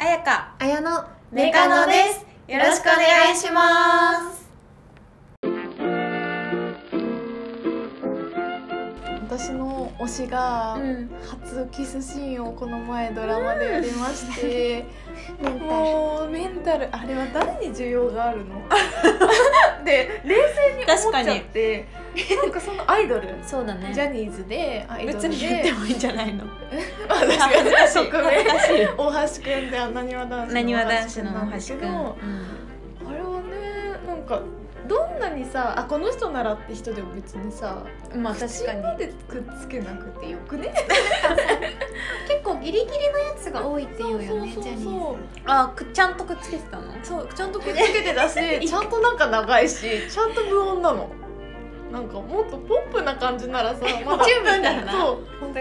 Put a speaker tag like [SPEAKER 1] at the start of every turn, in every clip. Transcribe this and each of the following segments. [SPEAKER 1] あやの
[SPEAKER 2] メカノですよろしくお願いします
[SPEAKER 3] 私の推しが
[SPEAKER 2] ん
[SPEAKER 3] 初キスシーンをこの前ドラマでやりま して、もうメンタルあれは誰に需要があ るので冷静に思っちゃってなんかそのアイドル
[SPEAKER 2] そうだね
[SPEAKER 3] ジャニーズでアイドル
[SPEAKER 2] 別
[SPEAKER 3] で
[SPEAKER 2] に言 ってもいいんじゃないの
[SPEAKER 3] 私が
[SPEAKER 2] 恥ずかしい
[SPEAKER 3] 匿
[SPEAKER 2] 恥ずかしい
[SPEAKER 3] 名大橋くんでなにわ男子
[SPEAKER 2] なにわ男子の
[SPEAKER 3] なんだ
[SPEAKER 2] 大
[SPEAKER 3] け
[SPEAKER 2] 橋
[SPEAKER 3] ど
[SPEAKER 2] くん
[SPEAKER 3] あれはねなんかどんなにさあこの人ならって人でも別にさ
[SPEAKER 2] うんまあ確
[SPEAKER 3] 口
[SPEAKER 2] かに
[SPEAKER 3] までくっつけなくてよくね
[SPEAKER 1] 結構ギリギリのやつが多いっていうよねジ
[SPEAKER 3] そう
[SPEAKER 1] ャ
[SPEAKER 3] そう
[SPEAKER 1] ニ
[SPEAKER 3] そう
[SPEAKER 1] ーズ
[SPEAKER 2] あくちゃんとくっつけてたの
[SPEAKER 3] そうちゃんとくっつけてたしちゃんとなんか長いしちゃんと無音なのなんかもっとポップな感じならさまだ
[SPEAKER 2] 十分だよな
[SPEAKER 3] そう本当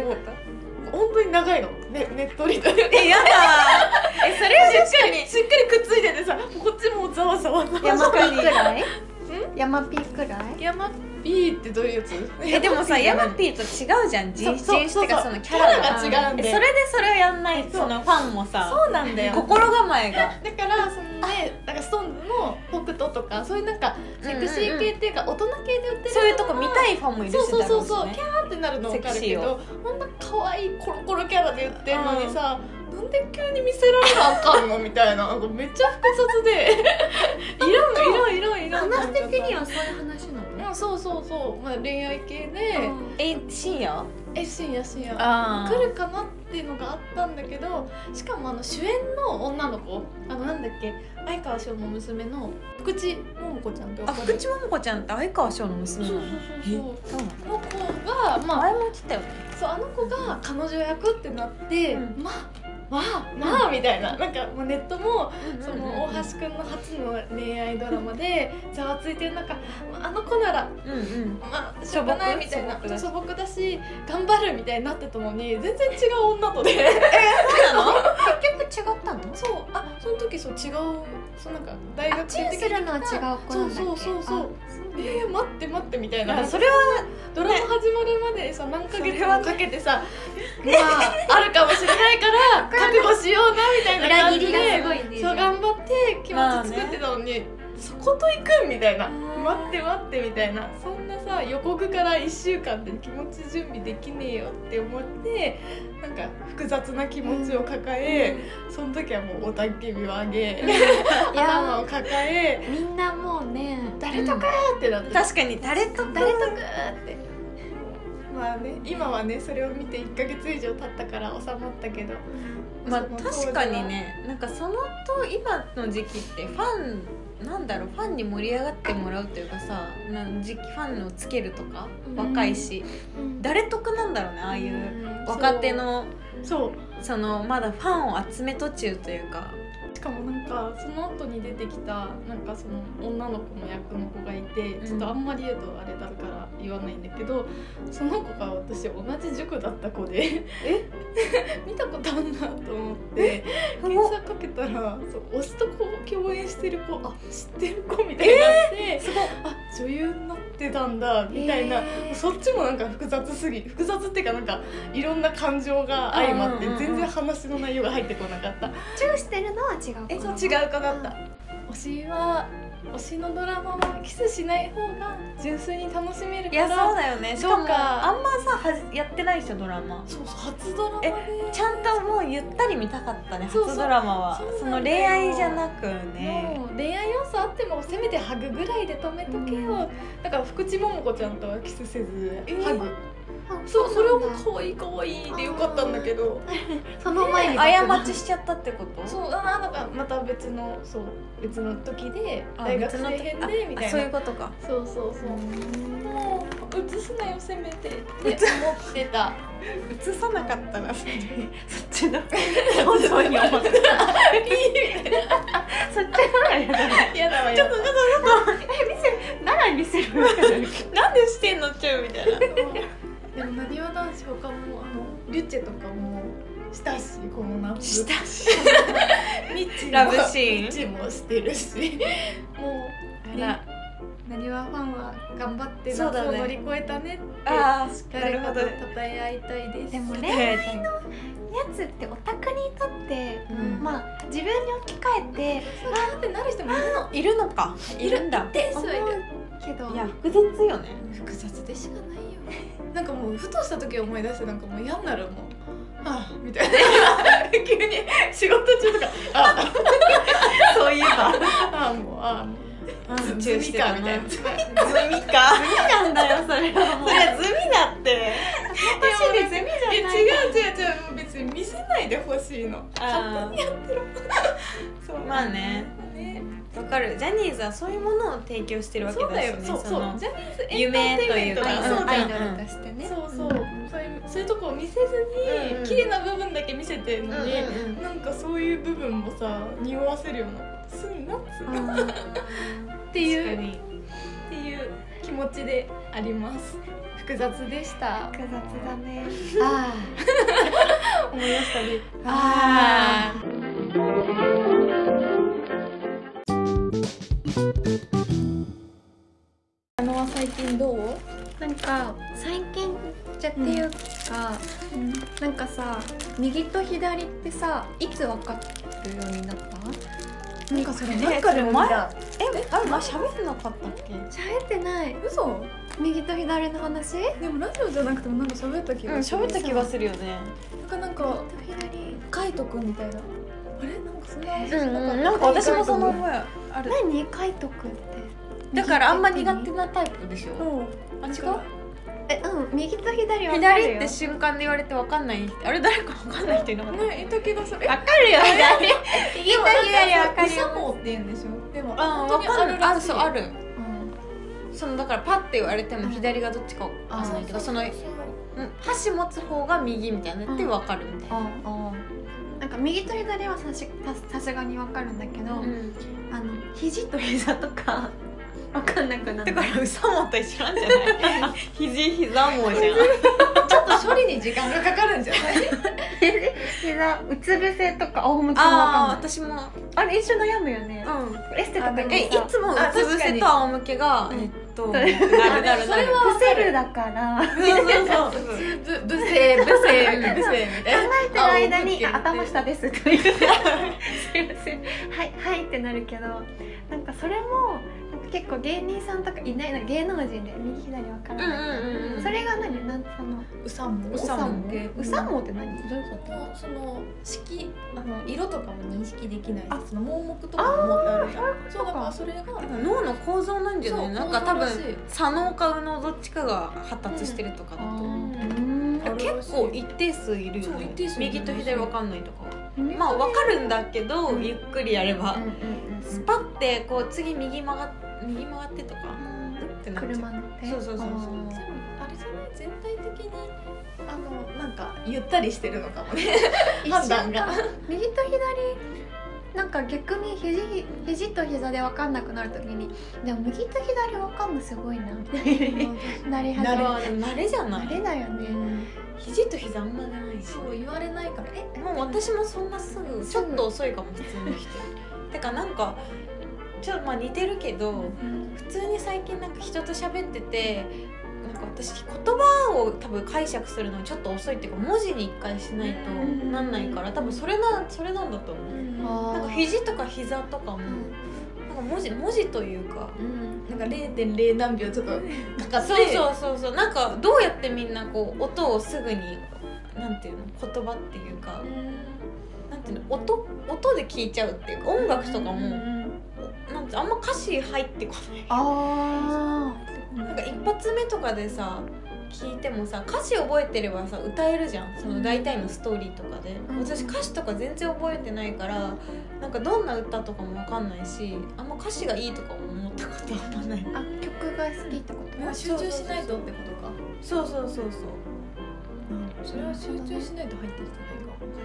[SPEAKER 3] 本当に長いのねネットみたいな
[SPEAKER 2] えやだえそれは
[SPEAKER 3] しっ
[SPEAKER 2] 確
[SPEAKER 3] か
[SPEAKER 2] か
[SPEAKER 3] り
[SPEAKER 2] に
[SPEAKER 3] しっかりくっついててさこっちもざわざわざわ
[SPEAKER 1] 山ピーくらい山ピー
[SPEAKER 3] ん
[SPEAKER 1] くらい
[SPEAKER 3] 山 B ってどういうやつ
[SPEAKER 2] えでもさ
[SPEAKER 3] 山
[SPEAKER 2] ヤマピーと違うじゃん人
[SPEAKER 3] そう
[SPEAKER 2] 人
[SPEAKER 3] そ
[SPEAKER 2] 種って
[SPEAKER 3] う
[SPEAKER 2] いうか
[SPEAKER 3] そ
[SPEAKER 2] そうのキャラ
[SPEAKER 3] キャラが違うんで
[SPEAKER 2] えそれでそれをやんない
[SPEAKER 3] そう
[SPEAKER 2] そのファンもさ
[SPEAKER 3] そうなんだよ
[SPEAKER 2] 心構えが
[SPEAKER 3] だからそのねなんかストーンズの北斗とかそういうなんかセクシー系っていうか大人系で売ってる
[SPEAKER 2] そういうとこ見たいファンもいるしだろ
[SPEAKER 3] そうそうそう
[SPEAKER 2] し
[SPEAKER 3] そう
[SPEAKER 2] ね
[SPEAKER 3] キャーってなるの分かるけどこんな可愛いコロコロキャラで言ってんのにさ、なんで急に見せられなあかんのみたいななんかめっちゃ複雑 でいらんのいらんいらんいらん
[SPEAKER 1] 話的にはそういう話なのね
[SPEAKER 3] うんそうそうそう、まあ、恋愛系で、
[SPEAKER 1] う
[SPEAKER 2] え深夜
[SPEAKER 3] え深夜深夜
[SPEAKER 2] あ
[SPEAKER 3] 来るかなっていうのがあったんだけどしかもあの主演の女の子あのなんだっけ相川翔の娘の福地桃子ちゃんってわ
[SPEAKER 2] あ
[SPEAKER 3] か
[SPEAKER 2] 福
[SPEAKER 3] る
[SPEAKER 2] 地桃子ちゃんって相川翔の
[SPEAKER 3] そう
[SPEAKER 2] 娘
[SPEAKER 3] そ
[SPEAKER 2] な
[SPEAKER 3] う
[SPEAKER 2] の
[SPEAKER 3] そう
[SPEAKER 2] そうな
[SPEAKER 3] そう
[SPEAKER 2] の
[SPEAKER 3] の子がまあ
[SPEAKER 2] 前も言ってたよね
[SPEAKER 3] そうあの子が彼女役ってなって、
[SPEAKER 2] うん
[SPEAKER 3] まあまあまあみたいななんかもうネットもその大橋くんの初の恋愛ドラマでざわついてる中まああの子なら
[SPEAKER 2] うんうん
[SPEAKER 3] まあしょうがないみたいな
[SPEAKER 2] 素朴だし
[SPEAKER 3] 素朴だし頑張るみたいになってたのに全然違う女とで
[SPEAKER 2] そうなの
[SPEAKER 1] 結局違ったの
[SPEAKER 3] そうあその時そう違うそうなんか大
[SPEAKER 1] あ
[SPEAKER 3] 学
[SPEAKER 1] チューするのは違う子なんだっけ
[SPEAKER 3] そうそうそうそう
[SPEAKER 1] あ
[SPEAKER 3] えー、待って待ってみたい
[SPEAKER 2] いや
[SPEAKER 3] な
[SPEAKER 2] それは
[SPEAKER 3] ドラマ始まるまでさ何ヶ月
[SPEAKER 2] それ
[SPEAKER 3] も
[SPEAKER 2] はね
[SPEAKER 3] かけてさ、まああるかもしれないから覚悟しようなみたいな
[SPEAKER 1] 裏
[SPEAKER 3] 感
[SPEAKER 1] 切
[SPEAKER 3] じ
[SPEAKER 1] りが
[SPEAKER 3] です
[SPEAKER 1] ごいね
[SPEAKER 3] そう頑張って気持ち作ってたのに、そこと行くんみたいな待って待ってみたいなそんなさ予告から1週間で気持ち準備できねえよって思ってなんか複雑な気持ちを抱え、その時はもう雄たけびを上げ
[SPEAKER 1] い
[SPEAKER 3] 頭
[SPEAKER 1] や
[SPEAKER 3] を抱え
[SPEAKER 1] みんなもうね
[SPEAKER 3] 誰とかってなって
[SPEAKER 2] 確かに誰と
[SPEAKER 3] 誰とくってまあね今はねそれを見て1ヶ月以上経ったから収まったけど
[SPEAKER 2] まあ
[SPEAKER 3] その当時
[SPEAKER 2] 確
[SPEAKER 3] は
[SPEAKER 2] かにねなんかそのと今の時期ってファンなんだろうファンに盛り上がってもらうというかさなん時期ファンをつけるとか
[SPEAKER 3] うん
[SPEAKER 2] 若いし誰得なんだろうねああいう若手の
[SPEAKER 3] そう
[SPEAKER 2] そのまだファンを集め途中というか
[SPEAKER 3] しかもなんかその後に出てきたなんかその女の子の役の子がいて
[SPEAKER 2] ん
[SPEAKER 3] ちょっとあんまり言うとあれだから言わないんだけどその子が私同じ塾だった子で 見たことあんなと思って検索かけたらそう推しとこう共演してる子あ知ってる子みたいになって、
[SPEAKER 2] すごい
[SPEAKER 3] あ女優になってたんだみたいな、
[SPEAKER 1] えー
[SPEAKER 3] そっちもなんか複雑すぎ複雑っていうかなんかいろんな感情が相まって
[SPEAKER 2] うんうんうんうん
[SPEAKER 3] 全然話の内容が入ってこなかった
[SPEAKER 1] チューしてるのは違う子
[SPEAKER 3] え
[SPEAKER 1] なの
[SPEAKER 3] 違う子だった推しは推しのドラマはキスしない方が純粋に楽しめる
[SPEAKER 2] い
[SPEAKER 3] か
[SPEAKER 2] や
[SPEAKER 3] ら
[SPEAKER 2] そうだよねしか
[SPEAKER 3] そ
[SPEAKER 2] も
[SPEAKER 3] うか
[SPEAKER 2] あんまさはじやってないでしょドラマ
[SPEAKER 3] そうそう初ドラマで
[SPEAKER 2] えちゃんともうゆったり見たかったね
[SPEAKER 3] そうそう
[SPEAKER 2] 初ドラマは
[SPEAKER 3] そう
[SPEAKER 2] そ
[SPEAKER 3] なんだよ
[SPEAKER 2] の恋愛じゃなくね
[SPEAKER 3] もう恋愛要素あってもせめてハグぐらいで止めとけよ、だから福地桃子ちゃんとはキスせず、
[SPEAKER 2] えー
[SPEAKER 3] ハグ
[SPEAKER 1] あ
[SPEAKER 3] そうそれはも
[SPEAKER 1] な
[SPEAKER 3] うん
[SPEAKER 1] だ
[SPEAKER 3] 可愛い可愛いでよかったんだけど
[SPEAKER 1] その前に
[SPEAKER 2] 過ちしちゃったってこと
[SPEAKER 3] そうだななんかまた別のそう別の時で
[SPEAKER 2] あ
[SPEAKER 3] 大学生
[SPEAKER 2] 別
[SPEAKER 3] 編
[SPEAKER 2] の
[SPEAKER 3] で
[SPEAKER 2] 時
[SPEAKER 3] み
[SPEAKER 2] あ
[SPEAKER 3] たい
[SPEAKER 2] そう
[SPEAKER 3] な
[SPEAKER 2] いうことか
[SPEAKER 3] そうそうそうもう映すなよせめてって思ってた
[SPEAKER 2] 映さなか ったらそっちの 本当に思ってたそっちの方がやだね
[SPEAKER 3] やだわ
[SPEAKER 2] ちょ
[SPEAKER 3] や
[SPEAKER 2] っ
[SPEAKER 3] だ
[SPEAKER 2] と
[SPEAKER 3] わ
[SPEAKER 2] ちょっとちょっとえ見せなら見せるなんでしてんのちゅうみたいな
[SPEAKER 3] でもなにわ男子他もあのリュッチェとかもしたしこの夏
[SPEAKER 2] したし
[SPEAKER 3] ミッチーも
[SPEAKER 2] ラブシーン
[SPEAKER 3] ミッチーもしてるしも
[SPEAKER 2] あ
[SPEAKER 3] う
[SPEAKER 2] ら
[SPEAKER 3] なにわファンは頑張って
[SPEAKER 2] そう
[SPEAKER 3] 夏
[SPEAKER 2] だ
[SPEAKER 3] を
[SPEAKER 2] ね
[SPEAKER 3] 乗り越えたねっ
[SPEAKER 2] ああな
[SPEAKER 3] 誰
[SPEAKER 2] る
[SPEAKER 3] か
[SPEAKER 2] ほ
[SPEAKER 3] と
[SPEAKER 2] ど
[SPEAKER 3] 称え合いたいです
[SPEAKER 1] でも恋
[SPEAKER 2] ね
[SPEAKER 1] 愛のやつってオタクにとって、
[SPEAKER 2] うん
[SPEAKER 1] まあ自分に置き換えて
[SPEAKER 3] あってなる人もいるの
[SPEAKER 2] いるのかいるんだ
[SPEAKER 3] 一定数はいる
[SPEAKER 1] けど
[SPEAKER 2] いや複雑よね
[SPEAKER 3] 複雑でしかないよ なんかもうふとした時思い出してなんかもう嫌になるもんああみたいな 急に仕事中とか あ
[SPEAKER 2] そういえば
[SPEAKER 3] あああもうああ
[SPEAKER 2] ズ
[SPEAKER 3] ズ
[SPEAKER 2] ミ
[SPEAKER 3] ミ
[SPEAKER 2] か
[SPEAKER 3] か
[SPEAKER 2] み
[SPEAKER 3] み
[SPEAKER 2] た
[SPEAKER 3] た
[SPEAKER 2] い
[SPEAKER 3] い
[SPEAKER 2] なズ
[SPEAKER 3] な
[SPEAKER 2] ミか
[SPEAKER 1] なんだよそれはも
[SPEAKER 2] それはズミだって
[SPEAKER 3] 私
[SPEAKER 2] でゼミ
[SPEAKER 3] じゃない違う違う違うもう別に見せないでほしいの
[SPEAKER 2] あ
[SPEAKER 3] そう
[SPEAKER 2] まあね
[SPEAKER 3] ね
[SPEAKER 2] わかるジャニーズはそういうものを提供してるわけ
[SPEAKER 3] そう
[SPEAKER 2] だ
[SPEAKER 3] だ
[SPEAKER 2] し
[SPEAKER 3] よ
[SPEAKER 2] ね
[SPEAKER 3] そう
[SPEAKER 2] そ
[SPEAKER 3] そう
[SPEAKER 2] の
[SPEAKER 3] ジャニーズエンタ
[SPEAKER 2] 夢
[SPEAKER 3] ー
[SPEAKER 2] と
[SPEAKER 3] テイ
[SPEAKER 2] いう
[SPEAKER 3] ンメント
[SPEAKER 2] か
[SPEAKER 3] がそう
[SPEAKER 1] う
[SPEAKER 3] だ
[SPEAKER 1] ア
[SPEAKER 3] よ
[SPEAKER 1] イドルとしてね
[SPEAKER 3] そうそう、
[SPEAKER 1] ん
[SPEAKER 3] そういうそういうとこを見せずに、
[SPEAKER 2] うん
[SPEAKER 3] 綺麗な部分だけ見せてるのに、
[SPEAKER 2] うんうん
[SPEAKER 3] なんかそういう部分もさ匂わせるようなすんなっっていう
[SPEAKER 2] 確かに
[SPEAKER 3] っていう気持ちであります複雑でした
[SPEAKER 1] 複雑だねあ
[SPEAKER 3] 思いましたね
[SPEAKER 2] あ
[SPEAKER 1] あ
[SPEAKER 3] あのは最近どう
[SPEAKER 1] なんか最近じゃっていうか、なんかさ右と左ってさいつ分かるようになったなんかそれ
[SPEAKER 2] なんかでも前えあれ前喋んなかったっけ
[SPEAKER 1] 喋ってない
[SPEAKER 4] 嘘
[SPEAKER 1] 右と左の話右
[SPEAKER 4] でもラジオじゃなくてもなんか喋った気
[SPEAKER 2] うん
[SPEAKER 4] がする、
[SPEAKER 2] 喋った気がするよね
[SPEAKER 4] なんかなんか
[SPEAKER 1] と左
[SPEAKER 4] 海斗くんみたいなあれなんかそんな話し
[SPEAKER 2] う
[SPEAKER 4] なかった、
[SPEAKER 2] んなんか私もその
[SPEAKER 4] 海
[SPEAKER 2] 覚えある
[SPEAKER 1] 何海斗くんって
[SPEAKER 2] だからあんま苦手なタイプでしょ
[SPEAKER 4] 斗
[SPEAKER 2] あ違
[SPEAKER 4] くんうん
[SPEAKER 2] う
[SPEAKER 1] えうん右と左分かる
[SPEAKER 2] 左
[SPEAKER 1] よ
[SPEAKER 2] って瞬間で言われて分かんない人あれ誰か分かんない人いなかった
[SPEAKER 3] ねいた気がするえ
[SPEAKER 2] 分かるよ左
[SPEAKER 3] でもなんか
[SPEAKER 2] いやいやわかるよ
[SPEAKER 3] イサモーって言うんでしょでも
[SPEAKER 2] う
[SPEAKER 3] 本
[SPEAKER 2] ん
[SPEAKER 3] 当
[SPEAKER 2] 分
[SPEAKER 3] に
[SPEAKER 2] か
[SPEAKER 3] あ
[SPEAKER 2] る
[SPEAKER 3] る
[SPEAKER 2] あ
[SPEAKER 3] ら
[SPEAKER 2] る
[SPEAKER 3] しい
[SPEAKER 2] そうあるそのだからパッて言われても左がどっちか分
[SPEAKER 1] あ
[SPEAKER 2] かんないけどそのうん箸持つ方が右みたいなって分かるみたいな
[SPEAKER 1] うんうんなんか右と左はさしたさすがに分かるんだけど、
[SPEAKER 2] うん
[SPEAKER 1] あの肘と膝とか分かんなくなる
[SPEAKER 2] だからうさもと一緒なんじゃない肘膝もじゃん
[SPEAKER 3] ちょっと処理に時間がかかるんじゃない
[SPEAKER 1] 膝うつ伏せとか仰向けも分
[SPEAKER 2] ああ
[SPEAKER 1] かんない
[SPEAKER 2] 私も
[SPEAKER 1] あれ一緒悩むよね、
[SPEAKER 2] うん
[SPEAKER 1] エステとかにもさ
[SPEAKER 2] えいつもうつ伏せと仰向けが
[SPEAKER 1] うん
[SPEAKER 2] えっと
[SPEAKER 1] ん
[SPEAKER 2] なるなるなる
[SPEAKER 3] それは
[SPEAKER 1] 伏せるだから考
[SPEAKER 2] そうそうそう
[SPEAKER 3] ぶぶ無性無性無性みたいな
[SPEAKER 1] えてる間に
[SPEAKER 3] あ
[SPEAKER 1] あ頭下ですというすいませんはいはいってなるけどなんかそれもなんか結構芸人さんとかいないな芸能人で右左分から
[SPEAKER 2] うん
[SPEAKER 1] ない、
[SPEAKER 2] うんうんうん
[SPEAKER 1] それが何なんその
[SPEAKER 3] うさも
[SPEAKER 2] うさも
[SPEAKER 3] って
[SPEAKER 1] うさもって何どういうこと
[SPEAKER 3] もうその色あの色とかも認識できないあその盲目とかも持ってあるじゃんそうだからそれが
[SPEAKER 2] 脳の構造なんじゃない
[SPEAKER 3] そう
[SPEAKER 2] なんか多
[SPEAKER 3] 構造らし
[SPEAKER 2] 分
[SPEAKER 3] い
[SPEAKER 2] 左脳か右脳どっちかが発達してるとかだと、
[SPEAKER 1] うん
[SPEAKER 3] うん
[SPEAKER 2] 結構一定数いるよ
[SPEAKER 3] そう
[SPEAKER 2] ね
[SPEAKER 3] 一定数いる
[SPEAKER 2] 右と左わかんないとかはま
[SPEAKER 1] まあ、
[SPEAKER 2] あわかるんだけど、ゆっくりやれば、ス
[SPEAKER 1] ス
[SPEAKER 2] パッてこう次右曲が右曲がってとかってなっちゃ
[SPEAKER 1] 車
[SPEAKER 2] う
[SPEAKER 1] 乗って
[SPEAKER 2] そうそうそうそう
[SPEAKER 3] でもあれじゃない全体的にあのなんかゆったりしてるのかもね
[SPEAKER 1] 一
[SPEAKER 3] 判
[SPEAKER 1] 瞬
[SPEAKER 3] 断
[SPEAKER 1] が
[SPEAKER 3] が
[SPEAKER 1] 右と左なんか逆に肘肘と膝で分かんなくなるときにでも右と左分かんのすごい なみたいになり始め
[SPEAKER 2] な
[SPEAKER 1] る
[SPEAKER 2] るほど慣れじゃない
[SPEAKER 1] 慣れだよね
[SPEAKER 2] 肘と膝あんまないし
[SPEAKER 3] そう言われないからえ
[SPEAKER 2] もう私もそんなすぐちょっと遅いかも普通の人てかなんかちょっとまあ似てるけど、普通に最近なんか人と喋っててなんか私言葉を多分解釈するのちょっと遅いっていうか文字に一回しないと
[SPEAKER 1] うん
[SPEAKER 2] なんないから多分それなそれなんだと思うなんか
[SPEAKER 1] あ
[SPEAKER 2] 肘とか膝とかもなんか文字文字というか
[SPEAKER 3] なんか0.0何秒ちょっとかかって
[SPEAKER 2] そうそうそうそうなんかどうやってみんなこう音をすぐになんていうの言葉っていうかなんていうの音音で聞いちゃうっていうか音楽とかもなんてあんま歌詞入ってこない
[SPEAKER 1] あ
[SPEAKER 2] なんか一発目とかでさ聞いてもさ歌詞覚えてればさ歌えるじゃんその大体のストーリーとかで、
[SPEAKER 1] うん
[SPEAKER 2] 私歌詞とか全然覚えてないからなんかどんな歌とかもわかんないしあんま歌詞がいいとかも思ったことあんまない
[SPEAKER 1] あ曲が好きってこと
[SPEAKER 3] もう集中しないとってことか
[SPEAKER 2] そうそうそうそう
[SPEAKER 3] それは集中しないと入ってきてないかも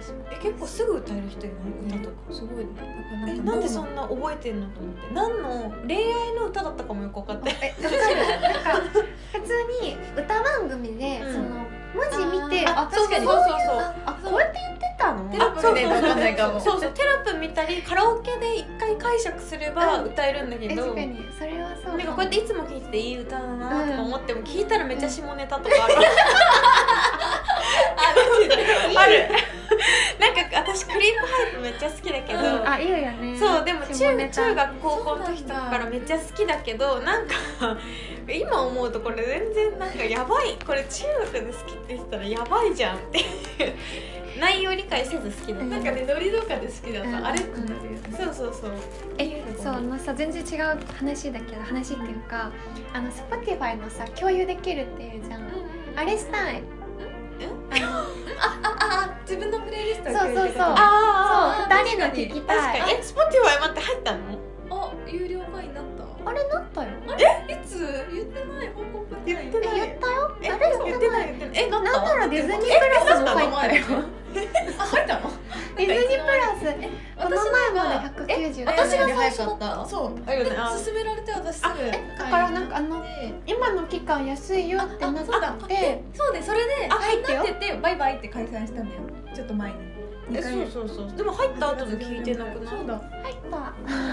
[SPEAKER 3] しれな い
[SPEAKER 2] え結構すぐ歌える人いない歌とか、
[SPEAKER 3] すごいね
[SPEAKER 2] えなんでそ
[SPEAKER 3] なん
[SPEAKER 2] な覚えてんのと思って何の恋愛の歌だったかもよく分かって
[SPEAKER 1] えわかるなんか普通に歌番組で、
[SPEAKER 2] うん
[SPEAKER 1] その文字見て
[SPEAKER 2] あ
[SPEAKER 1] 確かに
[SPEAKER 2] そうそうそうそう
[SPEAKER 1] あ
[SPEAKER 3] こうやって言ってたの
[SPEAKER 2] テ
[SPEAKER 3] あ
[SPEAKER 2] ロップ
[SPEAKER 3] そう
[SPEAKER 2] 見
[SPEAKER 3] そ
[SPEAKER 2] な
[SPEAKER 3] う
[SPEAKER 2] いとわかんないかも
[SPEAKER 3] そう
[SPEAKER 2] そうそうテロップ見たりカラオケで一回解釈すれば歌えるんだけど、
[SPEAKER 1] 確かにそれはそう
[SPEAKER 2] なんかこうやっていつも聴いてていい歌だなとか思っても聴いたらめっちゃ下ネタとかある、 あるなんか私クリープハイプめっちゃ好きだけど、
[SPEAKER 1] うんあいいよね
[SPEAKER 2] そうでも
[SPEAKER 1] 下ネ
[SPEAKER 2] 中
[SPEAKER 1] タ
[SPEAKER 2] 中学高校の時とかからめっちゃ好きだけどなんか今思うとこれ全然なんかやばいこれ中学で好きって言ってたらやばいじゃんっていう内容理解せず好きだった、
[SPEAKER 3] なんかねノリとかで好きだった、
[SPEAKER 1] うん
[SPEAKER 3] あれってなるよね、
[SPEAKER 2] そうそうそう
[SPEAKER 1] えそうあのさ全然違う話だけど話っていうかあの Spotify のさ共有できるっていうじゃんあれしたい
[SPEAKER 4] 自分のプレイリスト
[SPEAKER 1] そう
[SPEAKER 4] をくれ
[SPEAKER 1] そう
[SPEAKER 4] て
[SPEAKER 1] そ
[SPEAKER 4] た
[SPEAKER 1] うそう
[SPEAKER 2] ああ
[SPEAKER 1] 誰の聞き
[SPEAKER 2] 確
[SPEAKER 1] たい
[SPEAKER 2] かにえスポティファイ待って入ったの
[SPEAKER 4] あ有料会員だった
[SPEAKER 1] あれなったよ
[SPEAKER 4] いつ言ってない報告ってない
[SPEAKER 1] え言ったよ
[SPEAKER 2] え
[SPEAKER 1] あれ
[SPEAKER 2] 言ってない言ってないえ
[SPEAKER 1] な
[SPEAKER 2] なんん
[SPEAKER 1] ならディズニープラスも入ったよ
[SPEAKER 4] あ入ったの
[SPEAKER 1] ディズニープラスこの前まで190
[SPEAKER 2] え私が最初だった
[SPEAKER 4] そう
[SPEAKER 2] あるよねあ
[SPEAKER 4] 勧められて私すぐ
[SPEAKER 1] だからなんかあの
[SPEAKER 4] で
[SPEAKER 1] 今の期間安いよってなって
[SPEAKER 4] そうでそれで
[SPEAKER 1] あ入ったよ
[SPEAKER 4] なっててバイバイって解散したんだよちょっと前に
[SPEAKER 2] え
[SPEAKER 4] 二回目
[SPEAKER 2] そうそうそうでも入った後で聞いてなくない
[SPEAKER 4] そうだ
[SPEAKER 1] 入っ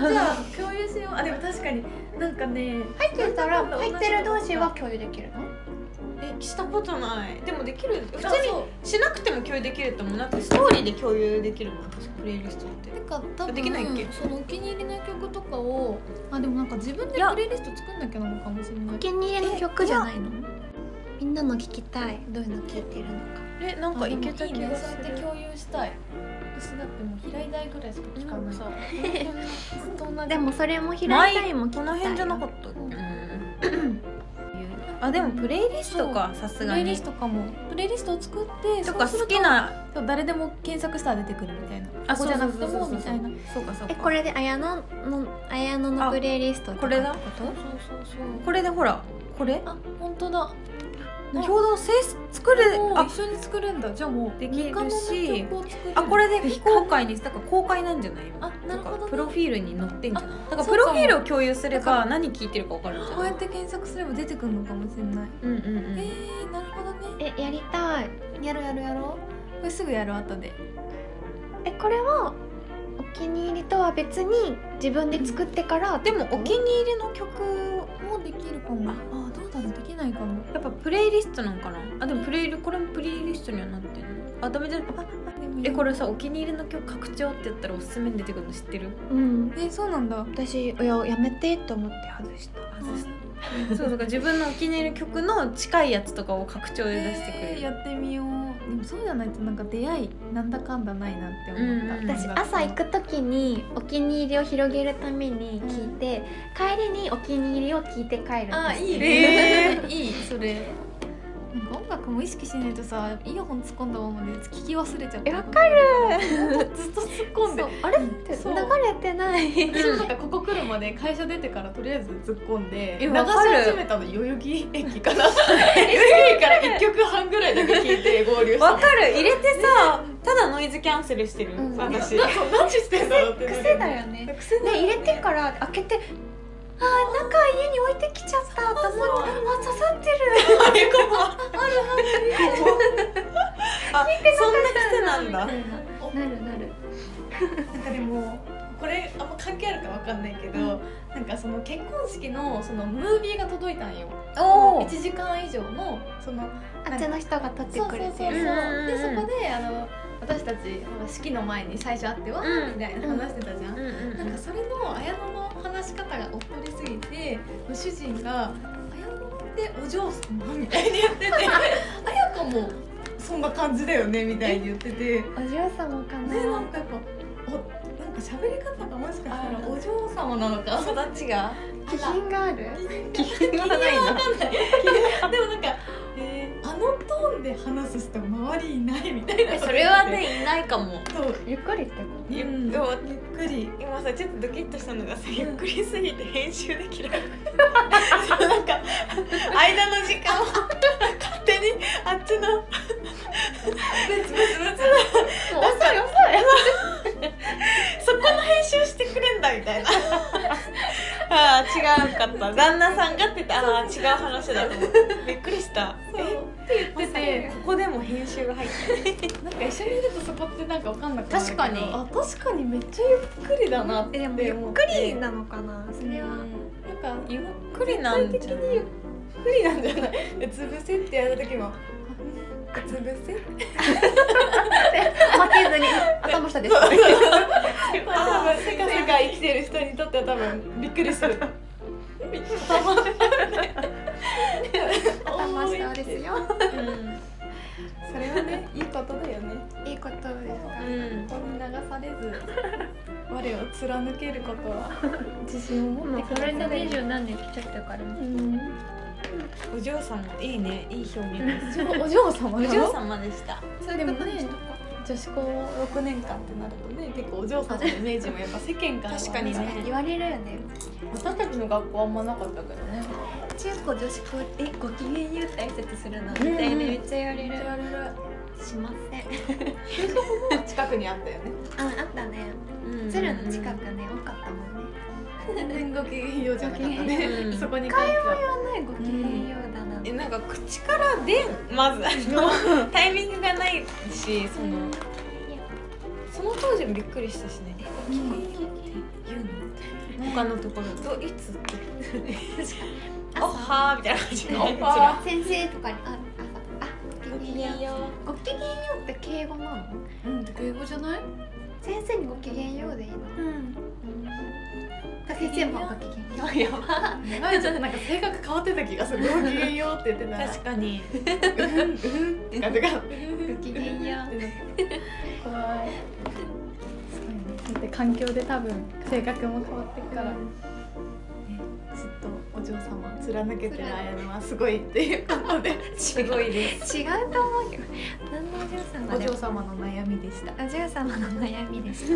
[SPEAKER 1] た
[SPEAKER 4] じゃあ共有しようあでも確かになんかね
[SPEAKER 1] 入ってたら入ってる同士は共有できるの
[SPEAKER 2] えしたことないでもできる普通
[SPEAKER 4] 普通
[SPEAKER 2] に
[SPEAKER 4] に
[SPEAKER 2] しなくても共有できると思うなんかストーリーで共有できるもん私プレイリストって
[SPEAKER 4] なんか多分
[SPEAKER 2] できないっけ
[SPEAKER 4] そのお気に入りの曲とかをあでもなんか自分でプレイリスト作んなきゃなのかもしれない
[SPEAKER 1] お気に入りの曲じゃないのみんなの聞きたいどういうの聞いてるのか
[SPEAKER 2] えなんかいけた
[SPEAKER 4] いい
[SPEAKER 2] 気
[SPEAKER 4] ね
[SPEAKER 2] が
[SPEAKER 4] そう
[SPEAKER 2] す
[SPEAKER 4] やっ
[SPEAKER 2] る
[SPEAKER 4] て共有したい私だってもう平井大ぐらいしか聞か
[SPEAKER 2] なん
[SPEAKER 4] な
[SPEAKER 2] か
[SPEAKER 4] いず
[SPEAKER 2] さ
[SPEAKER 4] っと同じ
[SPEAKER 1] でもそれも平井さんも聞きたい
[SPEAKER 2] こ
[SPEAKER 1] よ
[SPEAKER 2] の辺じゃなかったっけあでもプレイリストかさす
[SPEAKER 4] プ
[SPEAKER 2] が
[SPEAKER 4] レイリ
[SPEAKER 2] に
[SPEAKER 4] ストかもプレイリストを作って
[SPEAKER 2] と
[SPEAKER 4] そ
[SPEAKER 2] か
[SPEAKER 4] うす
[SPEAKER 2] 好
[SPEAKER 4] る
[SPEAKER 2] きな
[SPEAKER 4] そう誰でも検索したら出てくるみたいな
[SPEAKER 2] あ
[SPEAKER 4] ここじゃなくてもみたいな
[SPEAKER 2] そうかそう
[SPEAKER 1] え
[SPEAKER 2] か
[SPEAKER 1] これで綾乃の綾乃のプレイリスト
[SPEAKER 2] これだ
[SPEAKER 4] そうそうそう
[SPEAKER 2] これでほらこれ
[SPEAKER 4] あ本当だ
[SPEAKER 2] 表動制作る
[SPEAKER 4] もう
[SPEAKER 2] あ
[SPEAKER 4] 一緒に作れんだじゃあもう
[SPEAKER 2] できるし
[SPEAKER 4] 他の曲を作る
[SPEAKER 2] あこれで非公開にだから公開なんじゃない今
[SPEAKER 4] あなるほどね
[SPEAKER 2] とかプロフィールに載ってんじゃないだから
[SPEAKER 4] そ
[SPEAKER 2] プ
[SPEAKER 4] うか
[SPEAKER 2] ロ
[SPEAKER 4] も
[SPEAKER 2] フィールを共有すれば何聞いてるか分かるじゃん
[SPEAKER 4] こうやって検索すれば出てくるのかもしれない
[SPEAKER 2] うんうんうん
[SPEAKER 4] えー、なるほどね
[SPEAKER 1] えやりたい
[SPEAKER 4] やろうやろうやろうこれすぐやろう後で
[SPEAKER 1] えこれはお気に入りとは別に自分で作ってから
[SPEAKER 2] でもお気に入りの曲
[SPEAKER 4] もうできるかも
[SPEAKER 2] あ
[SPEAKER 4] あどうだろうできないかも
[SPEAKER 2] やっぱプレイリストなんかなあでもプレイルこれもプレイリストにはなってんのあダメじゃんあ
[SPEAKER 4] でもいい
[SPEAKER 2] えこれさお気に入りの曲拡張ってやったらおすすめに出てくるの知ってる
[SPEAKER 1] うん
[SPEAKER 4] えそうなんだ
[SPEAKER 1] 私いややめてと思って外した
[SPEAKER 2] そうだから自分のお気に入りの曲の近いやつとかを拡張で出してくれ
[SPEAKER 4] え
[SPEAKER 2] る、
[SPEAKER 4] ー、やってみようでもそうじゃないとなんか出会いなんだかんだないなって思った、
[SPEAKER 2] うんうん
[SPEAKER 1] 私朝行く時にお気に入りを広げるために聞いて、帰りにお気に入りを聞いて帰るんです
[SPEAKER 4] あいい
[SPEAKER 2] ね
[SPEAKER 4] ね、 いいそれなんか音楽も意識しないとさイヤホン突っ込んだままで聞き忘れちゃって
[SPEAKER 1] えわ
[SPEAKER 4] かる
[SPEAKER 3] ずっと突っ込んで
[SPEAKER 1] そうあれって 流
[SPEAKER 3] そう
[SPEAKER 1] れてない
[SPEAKER 3] 私もなんかここ来るまで会社出てからとりあえず突っ込んで
[SPEAKER 2] え
[SPEAKER 3] 流し
[SPEAKER 2] わかる
[SPEAKER 3] 始めたの代々木 駅かな 代々木から1曲半ぐらいだけ聞いて合流した
[SPEAKER 2] わかる入れてさただノイズキャンセルしてる、
[SPEAKER 1] うん
[SPEAKER 2] 私
[SPEAKER 3] そう何してんだろうってなる
[SPEAKER 1] 癖だよね
[SPEAKER 3] ね
[SPEAKER 1] ね
[SPEAKER 3] 癖だよ
[SPEAKER 1] 入れてから開けてあーなんか家に置いてきちゃったと思ってあ刺さってる
[SPEAKER 2] あれかもあるあるそんな癖なんだ
[SPEAKER 1] なるなる
[SPEAKER 3] なんかでもこれあんま関係あるかわかんないけど、なんかその結婚式のそのムービーが届いたんよ
[SPEAKER 2] お
[SPEAKER 3] 1時間以上のその
[SPEAKER 1] あっちの人が撮って
[SPEAKER 3] そう
[SPEAKER 1] く
[SPEAKER 3] そう
[SPEAKER 1] れ
[SPEAKER 3] そうそう
[SPEAKER 1] て
[SPEAKER 3] で
[SPEAKER 1] る
[SPEAKER 2] うん
[SPEAKER 3] そこであの私たちほら式の前に最初会っては、
[SPEAKER 2] うん
[SPEAKER 3] みたいな話してたじゃん、
[SPEAKER 2] うんうんう
[SPEAKER 3] なんかそれの綾乃の話し方がおっとりすぎて主人が「綾乃ってお嬢様?」みたいに言ってて「綾子もそんな感じだよね」みたいに言ってて。
[SPEAKER 1] お嬢様かな
[SPEAKER 3] ねなんかやっぱおなんか喋り方がもしかしたらお嬢様なのか
[SPEAKER 2] ん育ちが
[SPEAKER 1] 気品がある
[SPEAKER 2] 気品がないな
[SPEAKER 3] でもなんか、えーあのトーンで話す人周りいないみたいな
[SPEAKER 2] それはねいないかも
[SPEAKER 3] そう
[SPEAKER 1] ゆっくりってこ
[SPEAKER 3] ゆ,、
[SPEAKER 4] うん
[SPEAKER 3] ゆっくり
[SPEAKER 2] 今さちょっとドキッとしたのがさゆっくりすぎて編集できなくてなんか間の時間を勝手にあっちの
[SPEAKER 3] 別
[SPEAKER 1] と
[SPEAKER 3] 々
[SPEAKER 1] もう遅い遅い
[SPEAKER 2] そこの編集してくれんだみたいなああ違うかった旦那さんがって言ってああ違う話だと思ってびっくりした
[SPEAKER 3] そうって言ってて
[SPEAKER 2] ここでも編集が入って
[SPEAKER 3] なんか一緒にいるとそこってなんか分かんなくなるけ
[SPEAKER 2] 確
[SPEAKER 3] ど
[SPEAKER 2] かに
[SPEAKER 3] あ確かにめっちゃゆっくりだなって
[SPEAKER 1] えでもゆ
[SPEAKER 3] 思
[SPEAKER 1] っ
[SPEAKER 3] っ
[SPEAKER 1] く
[SPEAKER 3] て
[SPEAKER 1] りなのかなそれは、
[SPEAKER 3] なんかゆっ
[SPEAKER 2] くりなんじゃない
[SPEAKER 3] ゆっくりなんじゃないえ潰せってやる時もあ潰せ
[SPEAKER 1] 負けずに頭下です
[SPEAKER 3] 多分世界世界生きてる人にとっては多分びっくりす る
[SPEAKER 1] 頭下ですよ
[SPEAKER 3] それはねいいことだよね
[SPEAKER 1] いいことですか、
[SPEAKER 2] うん
[SPEAKER 3] ここに流され ず我を貫けることは自信を持って
[SPEAKER 4] これで
[SPEAKER 3] 二
[SPEAKER 4] 二
[SPEAKER 3] 十
[SPEAKER 4] 十何年来ちゃったから
[SPEAKER 3] うん
[SPEAKER 2] お嬢様いいねいい表現です
[SPEAKER 3] お嬢様
[SPEAKER 2] お
[SPEAKER 3] な
[SPEAKER 2] 嬢
[SPEAKER 3] の
[SPEAKER 2] 様でした
[SPEAKER 3] それでも ね女子校6年間ってなるとね結構お嬢様のイメージもやっぱ世間からは
[SPEAKER 2] 確かにね
[SPEAKER 1] 言われるよね
[SPEAKER 3] 私たちの学校あんまなかったけどね
[SPEAKER 1] 中高女子高えご機嫌言うって挨拶するのみたいなめっちゃ言われる
[SPEAKER 3] れる
[SPEAKER 1] しません
[SPEAKER 3] 近くにあったよ ね
[SPEAKER 1] ああったね
[SPEAKER 2] うん
[SPEAKER 1] 鶴の近くね多かったもんね
[SPEAKER 3] 全然ごきげんようじゃなかったね
[SPEAKER 2] うん
[SPEAKER 3] そこに関しては
[SPEAKER 1] ねご機嫌ようだな
[SPEAKER 2] えなんか口から出んまずあの タイミングがないしそのその当時もびっくりしたしねえご機嫌よう言うの他のところどいつっておっはーみたいな感じで
[SPEAKER 3] おっは
[SPEAKER 1] 先生とかにああ あご機嫌ようご機嫌ようって敬語なの
[SPEAKER 3] うん、英語じゃない
[SPEAKER 1] 先生にご機嫌ようでいいの
[SPEAKER 3] うん
[SPEAKER 1] 先生もご機嫌よう
[SPEAKER 2] やば
[SPEAKER 3] なえちゃんってなんか性格変わってた気がす るごきげんようって言ってたら
[SPEAKER 2] 確かに
[SPEAKER 3] うんうん って感じが
[SPEAKER 1] ご機嫌よう
[SPEAKER 3] 怖いすごいねだって環境で多分性格も変わってくから、ね、ずっとお嬢様を貫けてるあやのはすごいっていうことで
[SPEAKER 2] すごいです
[SPEAKER 1] 違うと思うよ何のお嬢様
[SPEAKER 3] お
[SPEAKER 1] で
[SPEAKER 3] 嬢
[SPEAKER 1] も
[SPEAKER 3] 様の悩みでした
[SPEAKER 1] お嬢様の悩みです